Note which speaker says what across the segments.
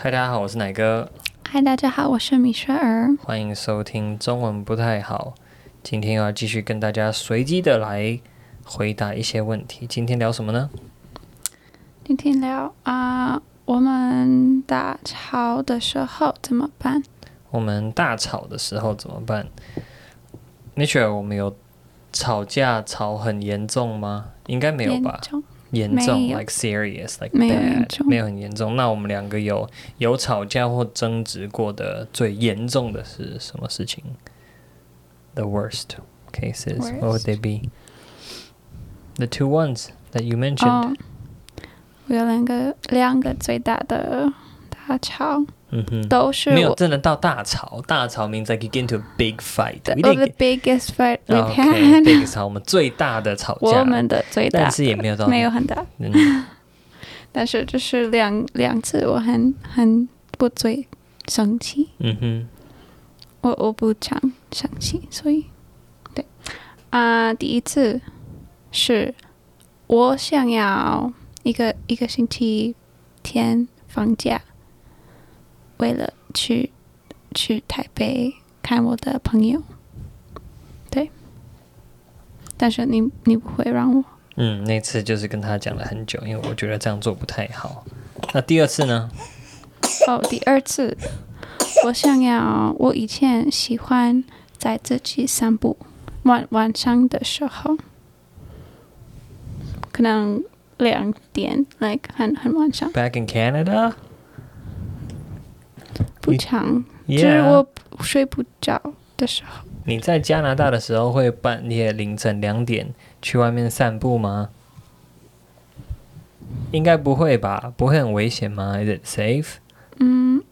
Speaker 1: 嗨，大家好，我是奶哥，
Speaker 2: 嗨，大家好，我是米雪儿。
Speaker 1: 欢迎收听中文不太好。今天要继续跟大家随机的来回答一些问题。今天聊什么呢？
Speaker 2: 今天聊啊、我们打潮的时候怎么办？
Speaker 1: 我们大吵的时候怎么办 m i t c h e l 我们有吵架吵很严重吗？应该没有
Speaker 2: 严
Speaker 1: 吧？
Speaker 2: 重
Speaker 1: 严重
Speaker 2: 没有
Speaker 1: l i k e serious like
Speaker 2: 没有严
Speaker 1: bad，
Speaker 2: 重
Speaker 1: 没有很严重。那我们两个有有吵架或争执过的最严重的是什么事情？The worst cases, what would they be? The two ones that you mentioned.
Speaker 2: 哦，我有两个两个最大的大潮，
Speaker 1: 嗯哼，
Speaker 2: 都是
Speaker 1: 没有
Speaker 2: 我
Speaker 1: 真的到大吵，大吵 means like you get into a big fight.
Speaker 2: the
Speaker 1: We
Speaker 2: oh,
Speaker 1: didn't
Speaker 2: the
Speaker 1: get-
Speaker 2: biggest fight we've
Speaker 1: OK,
Speaker 2: had，
Speaker 1: big 吵，我们最大的吵架，
Speaker 2: 我们的最
Speaker 1: 但
Speaker 2: 大
Speaker 1: 是也没有到
Speaker 2: 没有很大，
Speaker 1: 嗯
Speaker 2: 但是就是两两次我很很不最生气，
Speaker 1: 嗯哼，
Speaker 2: 我我不常生气，所以对啊、第一次是我想要一个一个星期天放假，为了去去台北看我的朋友，对，但是你你不会让我
Speaker 1: 嗯，那次就是跟他讲了很久，因为我觉得这样做不太好。那第二次呢？
Speaker 2: 哦，第二次我想要我以前喜欢在自己散步，晚晚上的时候，可能两点，like 很很晚上，
Speaker 1: Back in Canada?
Speaker 2: 不长，就是我
Speaker 1: Yeah.
Speaker 2: 睡不着的时候，
Speaker 1: 你在加拿大的时候会半夜凌晨两点去外面散步吗？应该不会吧？不会很危险吗？Is it safe？
Speaker 2: 嗯，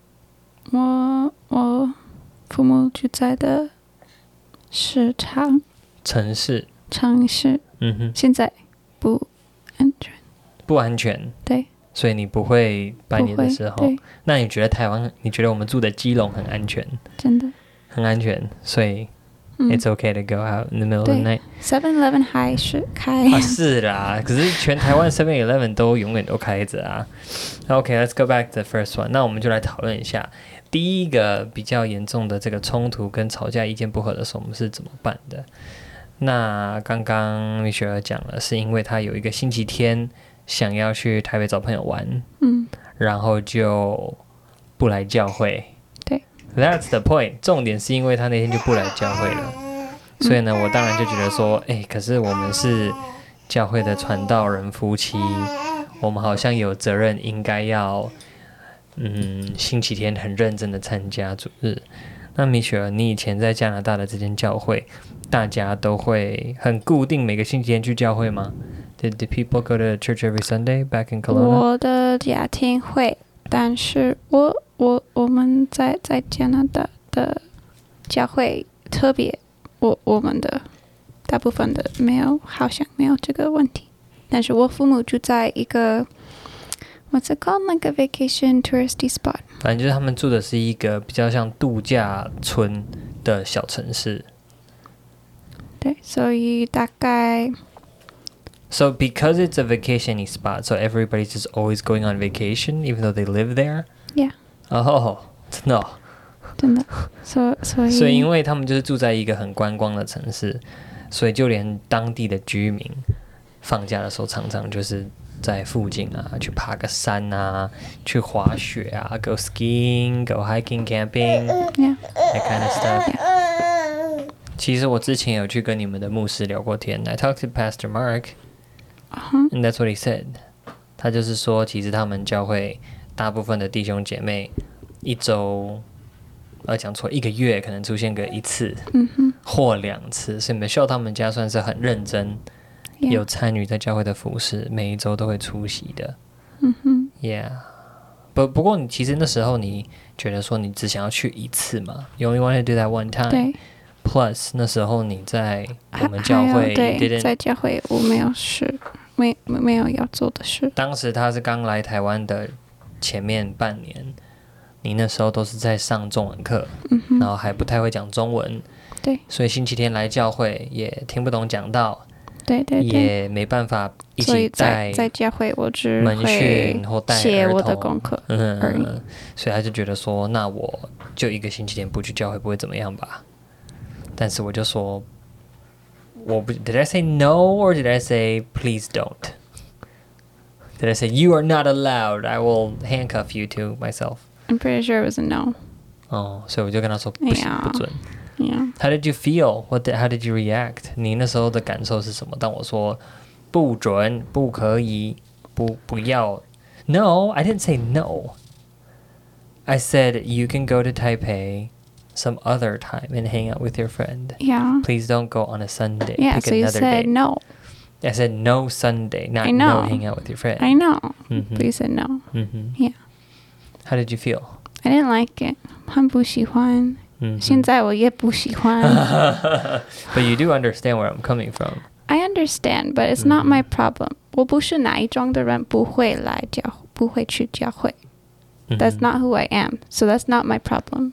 Speaker 2: 我我父母住在的市场
Speaker 1: 城市，
Speaker 2: 城市
Speaker 1: 嗯哼，
Speaker 2: 现在不安全，
Speaker 1: 不安全，
Speaker 2: 对，
Speaker 1: 所以你不会半夜
Speaker 2: 不
Speaker 1: 的
Speaker 2: 会，
Speaker 1: 时候
Speaker 2: 对。，
Speaker 1: 那你觉得台湾？你觉得我们住的基隆很安全？
Speaker 2: 真的，
Speaker 1: 很安全，所以
Speaker 2: 嗯
Speaker 1: it's okay to go out in the middle of the
Speaker 2: 对
Speaker 1: night。
Speaker 2: Seven Eleven 还是开，
Speaker 1: 啊，是啦，可是全台湾 Seven Eleven 都永远都开着啊。OK，let's、go back to the first one。那我们就来讨论一下第一个比较严重的这个冲突跟吵架、意见不合的时候，我们是怎么办的？那刚刚米雪儿讲了，是因为她有一个星期天想要去台北找朋友玩，
Speaker 2: 嗯，
Speaker 1: 然后就不来教会。
Speaker 2: 对
Speaker 1: ，That's the point。重点是因为她那天就不来教会了，所以呢，我当然就觉得说，哎、可是我们是教会的传道人夫妻，我们好像有责任，应该要，嗯，星期天很认真的参加主日。那米雪儿，你以前在加拿大的这间教会，大家都会很固定每个星期天去教会吗？Did the people go to church every Sunday back in Kelowna？
Speaker 2: 我的家庭会，但是我我我们在在加拿大的教会特别，我我们的大部分的没有，好像没有这个问题。但是我父母住在一个，what's it called 那个 vacation touristy spot，
Speaker 1: 反正就是他们住的是一个比较像度假村的小城市。
Speaker 2: 对，所以大概
Speaker 1: So because it's a vacationy spot, so everybody's just always going on vacation, even though they live there.
Speaker 2: Yeah.
Speaker 1: Oh, no.
Speaker 2: 真的，所所以
Speaker 1: 所以因为他们就是住在一个很观光的城市，所以就连当地的居民放假的时候，常常就是在附近啊，去爬个山啊，去滑雪啊，go skiing, go hiking, camping,
Speaker 2: Yeah
Speaker 1: that kind of stuff. 其实我之前有去跟你们的牧师聊过天，I talked to Pastor Mark.
Speaker 2: 嗯
Speaker 1: And that's what he said. 他就是说，其实他们教会大部分的弟兄姐妹一周，呃，讲错，一个月可能出现个一次
Speaker 2: 嗯哼
Speaker 1: 或两次，所以 Michelle 他们家算是很认真，
Speaker 2: ，yeah，
Speaker 1: 有参与在教会的服饰，每一周都会出席的。
Speaker 2: 嗯哼，
Speaker 1: Yeah，不不过你其实那时候你觉得说你只想要去一次嘛，You only wanted to do that one time。
Speaker 2: 对。
Speaker 1: Plus 那时候你在我
Speaker 2: 还
Speaker 1: 们教
Speaker 2: 还
Speaker 1: 会
Speaker 2: 有对，
Speaker 1: didn't
Speaker 2: 在教会我没有事，没没没有要做的事。
Speaker 1: 当时他是刚来台湾的前面半年，你那时候都是在上中文课，
Speaker 2: 嗯
Speaker 1: 然
Speaker 2: 哼，
Speaker 1: 后还不太会讲中文，
Speaker 2: 对，
Speaker 1: 所以星期天来教会也听不懂讲道，
Speaker 2: 对对对，
Speaker 1: 也没办法一
Speaker 2: 所以
Speaker 1: 起
Speaker 2: 在
Speaker 1: 带
Speaker 2: 在教会我只
Speaker 1: 门
Speaker 2: 会
Speaker 1: 训或带
Speaker 2: 写
Speaker 1: 儿
Speaker 2: 我的
Speaker 1: 童
Speaker 2: 功课。
Speaker 1: 嗯
Speaker 2: 而已
Speaker 1: 嗯，嗯所以他就觉得说，那我就一个星期天不去教会不会怎么样吧？但是我就说，我不，Did I say no or did I say please don't? Did I say you are not allowed? I will handcuff you to myself.
Speaker 2: I'm pretty sure it was a no.
Speaker 1: 哦，所以我就跟他说不行
Speaker 2: 哎呀
Speaker 1: 不准。
Speaker 2: Yeah.
Speaker 1: How did you feel? What did, how did you react? 你那时候的感受是什么？当我说不准、不可以、不不要，No, I didn't say no. I said you can go to Taipei some other time and hang out with your friend.
Speaker 2: Yeah.
Speaker 1: Please don't go on a Sunday.
Speaker 2: Yeah.
Speaker 1: Pick
Speaker 2: So you
Speaker 1: another
Speaker 2: said
Speaker 1: day.
Speaker 2: no.
Speaker 1: I said no Sunday, not
Speaker 2: I
Speaker 1: no
Speaker 2: know.
Speaker 1: hang out with your friend.
Speaker 2: I know.
Speaker 1: Mhm.
Speaker 2: But you said no.
Speaker 1: Mhm.
Speaker 2: Yeah.
Speaker 1: How did you feel?
Speaker 2: I didn't like it. 很不喜欢。
Speaker 1: Mhm.
Speaker 2: 现在我也不喜欢。
Speaker 1: But you do understand where I'm coming from.
Speaker 2: I understand, but it's not my problem.
Speaker 1: Mm-hmm.
Speaker 2: 我不是哪一种的人，不会来教，不会去教会。That's
Speaker 1: Mhm.
Speaker 2: not who I am, so that's not my
Speaker 1: Mm-hmm.
Speaker 2: problem.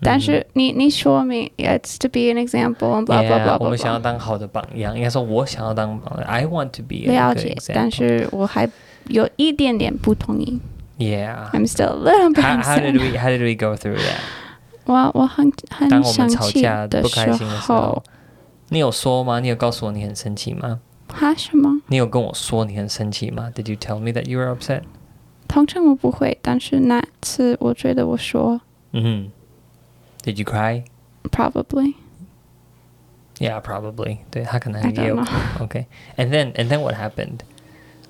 Speaker 2: 但是你你说明 it's to be an example and blah blah
Speaker 1: 嗯 Yeah，
Speaker 2: blah
Speaker 1: 我
Speaker 2: blah
Speaker 1: 们想要
Speaker 2: blah.
Speaker 1: 当好的榜样，应该说我想要当榜样，I want to be a
Speaker 2: 了
Speaker 1: good
Speaker 2: 解，
Speaker 1: example。
Speaker 2: 但是我还有一点点不同意。
Speaker 1: ，Yeah，how
Speaker 2: I'm still a little bit
Speaker 1: how did
Speaker 2: upset.
Speaker 1: we how did we go through that？
Speaker 2: 我我很
Speaker 1: 当
Speaker 2: 很
Speaker 1: 我们
Speaker 2: 生
Speaker 1: 吵
Speaker 2: 气
Speaker 1: 架
Speaker 2: 的
Speaker 1: 不开心的时候
Speaker 2: 候，，
Speaker 1: 你有说吗？你有告诉我你很生气吗？
Speaker 2: 哈什么？
Speaker 1: 你有跟我说你很生气吗？Did you tell me that you were upset？
Speaker 2: 通常我不会，但是那次我觉得我说
Speaker 1: 嗯哼，Did you cry？
Speaker 2: probably
Speaker 1: Yeah, probably. 对他可能
Speaker 2: I
Speaker 1: 也有
Speaker 2: don't know。
Speaker 1: Okay. And then and then what happened?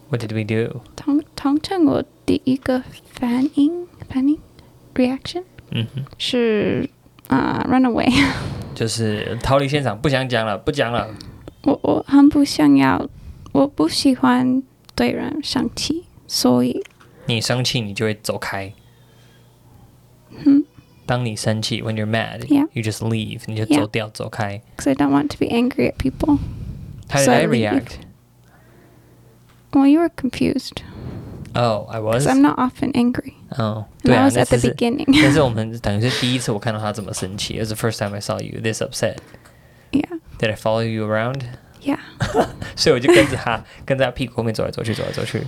Speaker 1: What did we do?
Speaker 2: 通通常我第一个反应反应 reaction
Speaker 1: 嗯哼，
Speaker 2: 是啊、run away。
Speaker 1: 就是逃离现场，不想讲了，不讲了。
Speaker 2: 我我很不想要，我不喜欢对人生气，所以
Speaker 1: 你生气，你就会走开。当你生气，when you're mad,
Speaker 2: Yeah.
Speaker 1: you just leave，你就
Speaker 2: Yeah.
Speaker 1: 走掉，走开。
Speaker 2: because I don't want to be angry at people.
Speaker 1: How did
Speaker 2: So
Speaker 1: I
Speaker 2: I leave.
Speaker 1: react?
Speaker 2: Well, you were confused
Speaker 1: Oh, I was.
Speaker 2: because I'm not often angry,
Speaker 1: Oh,
Speaker 2: and
Speaker 1: 对
Speaker 2: I
Speaker 1: 啊，
Speaker 2: was
Speaker 1: 那
Speaker 2: at the
Speaker 1: 次是，
Speaker 2: beginning.
Speaker 1: 但是我们等于是第一次我看到他这么生气。It was the first time I saw you this upset.
Speaker 2: yeah,
Speaker 1: Did I follow you around?
Speaker 2: yeah.
Speaker 1: 所以我就跟着他，跟在他屁股后面走来走去，走来走去。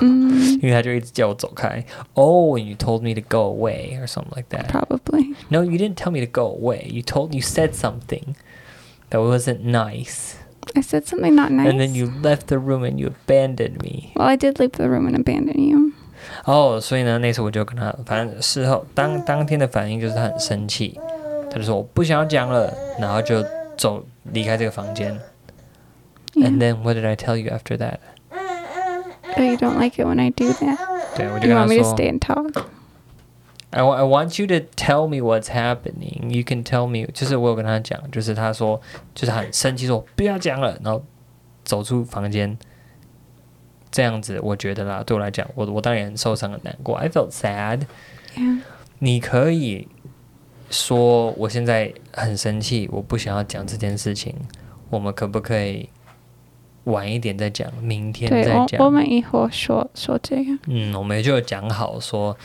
Speaker 2: Mm,
Speaker 1: 因为他就一直叫我走开。Oh, and you told me to go away or something like that.
Speaker 2: probably.
Speaker 1: No, you didn't tell me to go away. You told you said something that wasn't nice,
Speaker 2: I said something not nice.
Speaker 1: and then you left the room and you abandoned me.
Speaker 2: Well, I did leave the room and abandon you.
Speaker 1: 哦，所以呢，那次我就跟他，反正事后当当天的反应就是他很生气，他就说我不想要讲了，然后就走离开这个房间。
Speaker 2: Yeah.
Speaker 1: And then what did I tell you after that？
Speaker 2: Oh, you don't like it when I do that.
Speaker 1: 对，我就
Speaker 2: You
Speaker 1: 跟他
Speaker 2: want me to
Speaker 1: 说
Speaker 2: stay and talk?
Speaker 1: I want I want you to tell me what's happening. You can tell me，就是我有跟他讲，就是他说，就是他很生气，说不要讲了，然后走出房间。这样子，我觉得啦，对我来讲，我我当然也很受伤很难过。I felt sad。
Speaker 2: Yeah.
Speaker 1: 你可以说我现在很生气，我不想要讲这件事情，我们可不可以晚一点再讲，明天再
Speaker 2: 对，我-
Speaker 1: 讲？
Speaker 2: 我们以后说-说这个。
Speaker 1: 嗯，我们就讲好说，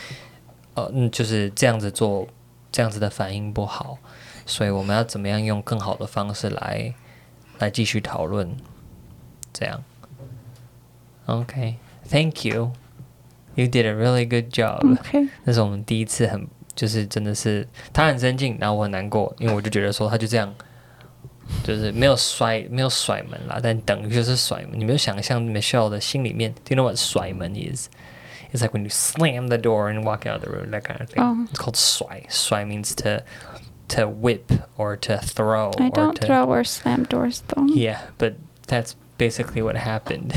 Speaker 1: 呃，嗯，就是这样子做，这样子的反应不好，所以我们要怎么样用更好的方式来来继续讨论，这样。OK，Thank、you. You did a really good job.
Speaker 2: Okay.
Speaker 1: 那是我们第一次很，就是真的是他很生气，然后我很难过，因为我就觉得说他就这样，就是没有甩没有甩门啦，但等于就是甩门。你没有想象 Michelle 的心里面，Do you know what 甩门 is? It's like when you slam the door and walk out the room, that kind of thing.
Speaker 2: Oh.
Speaker 1: It's called 甩.甩 means to to whip or to throw or
Speaker 2: I don't
Speaker 1: to
Speaker 2: throw or slam doors though.
Speaker 1: yeah, but that's basically what happened.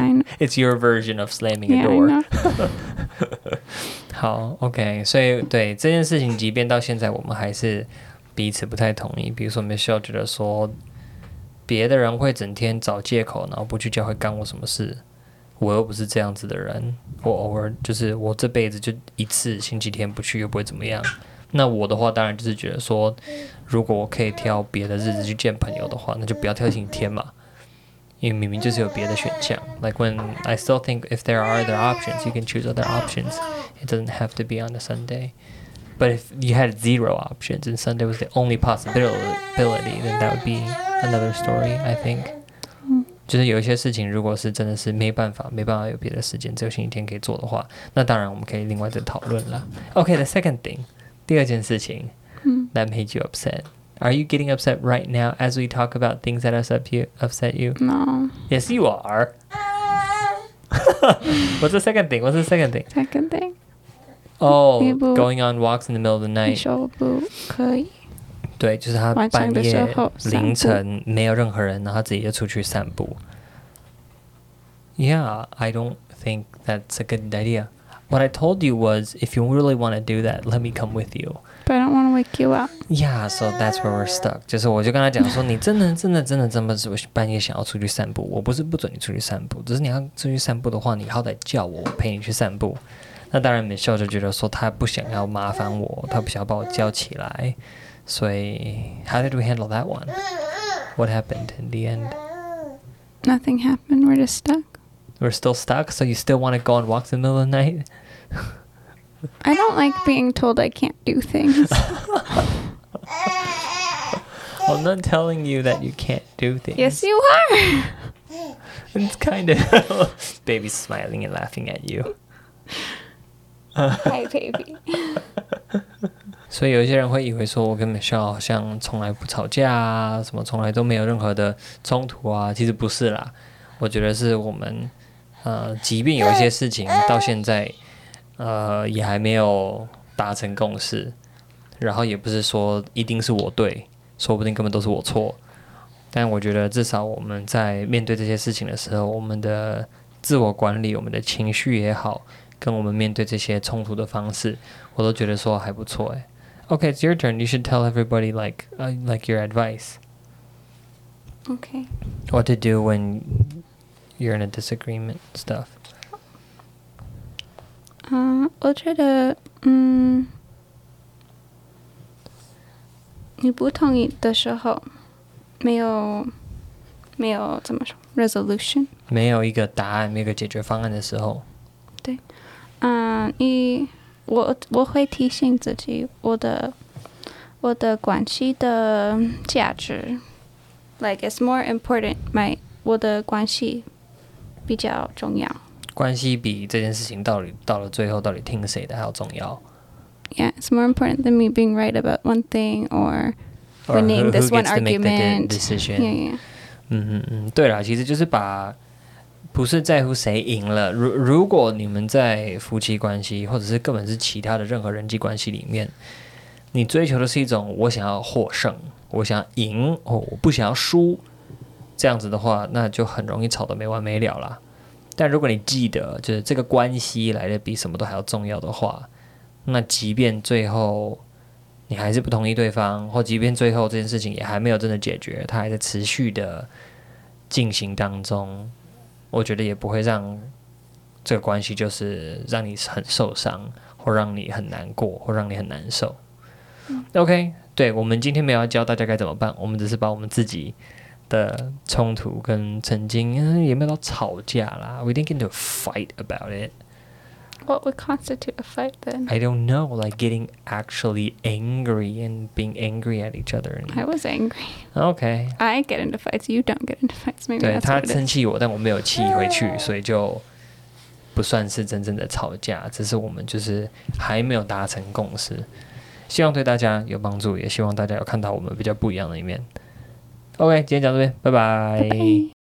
Speaker 2: I know.
Speaker 1: It's your version of slamming a
Speaker 2: Yeah, I
Speaker 1: door.
Speaker 2: know.
Speaker 1: 好，OK，所以对这件事情，即便到现在，我们还是彼此不太同意。比如说，Michelle 觉得说，别的人会整天找借口，然后不去教会干我什么事，我又不是这样子的人。我偶尔就是我这辈子就一次星期天不去，又不会怎么样。那我的话，当然就是觉得说，如果我可以挑别的日子去见朋友的话，那就不要挑星期天嘛。因为明明就是有别的选项。Like when I still think if there are other options, you can choose other options. It doesn't have to be on a Sunday. But if you had zero options and Sunday was the only possibility, then that would be another story, I think. 就是有一些事情，如果是真的是没办法，没办法有别的时间，只有星期天可以做的话，那当然我们可以另外再讨论啦。Okay, the second thing，第二件事情、that made you upset. Are you getting upset right now as we talk about things that upset you? Upset you?
Speaker 2: No.
Speaker 1: Yes, you are. What's the second thing? What's the second thing?
Speaker 2: Second thing，
Speaker 1: Oh,
Speaker 2: 你不
Speaker 1: going on walks in the middle of the
Speaker 2: 你
Speaker 1: night.
Speaker 2: 说我不可以。
Speaker 1: 对，就是他
Speaker 2: 晚上
Speaker 1: 半
Speaker 2: 的时
Speaker 1: 夜
Speaker 2: 候散
Speaker 1: 凌
Speaker 2: 步
Speaker 1: 晨没有任何人，然后他自己就出去散步。Yeah, I don't think that's a good idea. What I told you was, if you really want to do that, let me come with you.
Speaker 2: But I don't want to wake you up.
Speaker 1: Yeah, so that's where we're stuck. 就是我就跟他讲说，你真的真的真的这么半夜想要出去散步，我不是不准你出去散步，只是你要出去散步的话，你好歹叫我，我陪你去散步。那当然，美秀就觉得说她不想要麻烦我，她不想要把我叫起来，所以 How did we handle that one? What happened in the end?
Speaker 2: Nothing happened. We're just stuck.
Speaker 1: We're still stuck, so you still want to go on walks in the middle of the night?
Speaker 2: I don't like being told I can't do things.
Speaker 1: I'm not telling you that you can't do things.
Speaker 2: yes, you are.
Speaker 1: It's kind of baby smiling and laughing at you.
Speaker 2: Hi, baby.
Speaker 1: 所以有一些人会以为说，我跟 Michelle 好像从来不吵架啊，什么从来都没有任何的冲突啊。其实不是啦，我觉得是我们呃，即便有一些事情到现在呃也还没有达成共识，然后也不是说一定是我对，说不定根本都是我错。但我觉得至少我们在面对这些事情的时候，我们的自我管理、我们的情绪也好，跟我们面对这些冲突的方式，我都觉得说还不错哎诶。Okay, it's your turn. You should tell everybody like uh, like your advice.
Speaker 2: Okay.
Speaker 1: What to do when you're in a disagreement stuff.
Speaker 2: 嗯，我觉得，嗯，你不同意的时候，没有，没有怎么说 resolution，
Speaker 1: 没有一个答案，没有一个解决方案的时候，
Speaker 2: 对，嗯，你我我会提醒自己，我的我的关系的价值，like it's more important my 我的关系比较重要
Speaker 1: 关系比这件事情到底到了最后到底听谁的还要重要。
Speaker 2: ，yeah it's more important than me being right about one thing or
Speaker 1: Or who-
Speaker 2: winning
Speaker 1: who
Speaker 2: this one
Speaker 1: gets to make the de-
Speaker 2: argument.
Speaker 1: decision.
Speaker 2: yeah yeah
Speaker 1: 嗯嗯嗯，对啦，其实就是把不是在乎谁赢了。如如果你们在夫妻关系，或者是根本是其他的任何人际关系里面，你追求的是一种我想要获胜，我想要赢，哦，我不想要输，这样子的话，那就很容易吵得没完没了啦。但如果你记得，就是这个关系来的比什么都还要重要的话，那即便最后你还是不同意对方，或即便最后这件事情也还没有真的解决，它还在持续的进行当中，我觉得也不会让这个关系就是让你很受伤，或让你很难过，或让你很难受。OK，对我们今天没有要教大家该怎么办，我们只是把我们自己的冲突跟曾经、嗯、也没有到吵架啦，We didn't get into a fight about it.
Speaker 2: What would constitute a fight then?
Speaker 1: I don't know, like getting actually angry and being angry at each other.
Speaker 2: I
Speaker 1: And,
Speaker 2: was angry.
Speaker 1: OK，
Speaker 2: I get into fights. You don't get into fights. Maybe
Speaker 1: 对
Speaker 2: that's
Speaker 1: 他
Speaker 2: what
Speaker 1: 生
Speaker 2: it is. 嗯
Speaker 1: 气我，但我没有气回去，所以就不算是真正的吵架，只是我们就是还没有达成共识。希望对大家有帮助，也希望大家有看到我们比较不一样的一面。OK，今天讲到这边，拜拜
Speaker 2: Bye-bye.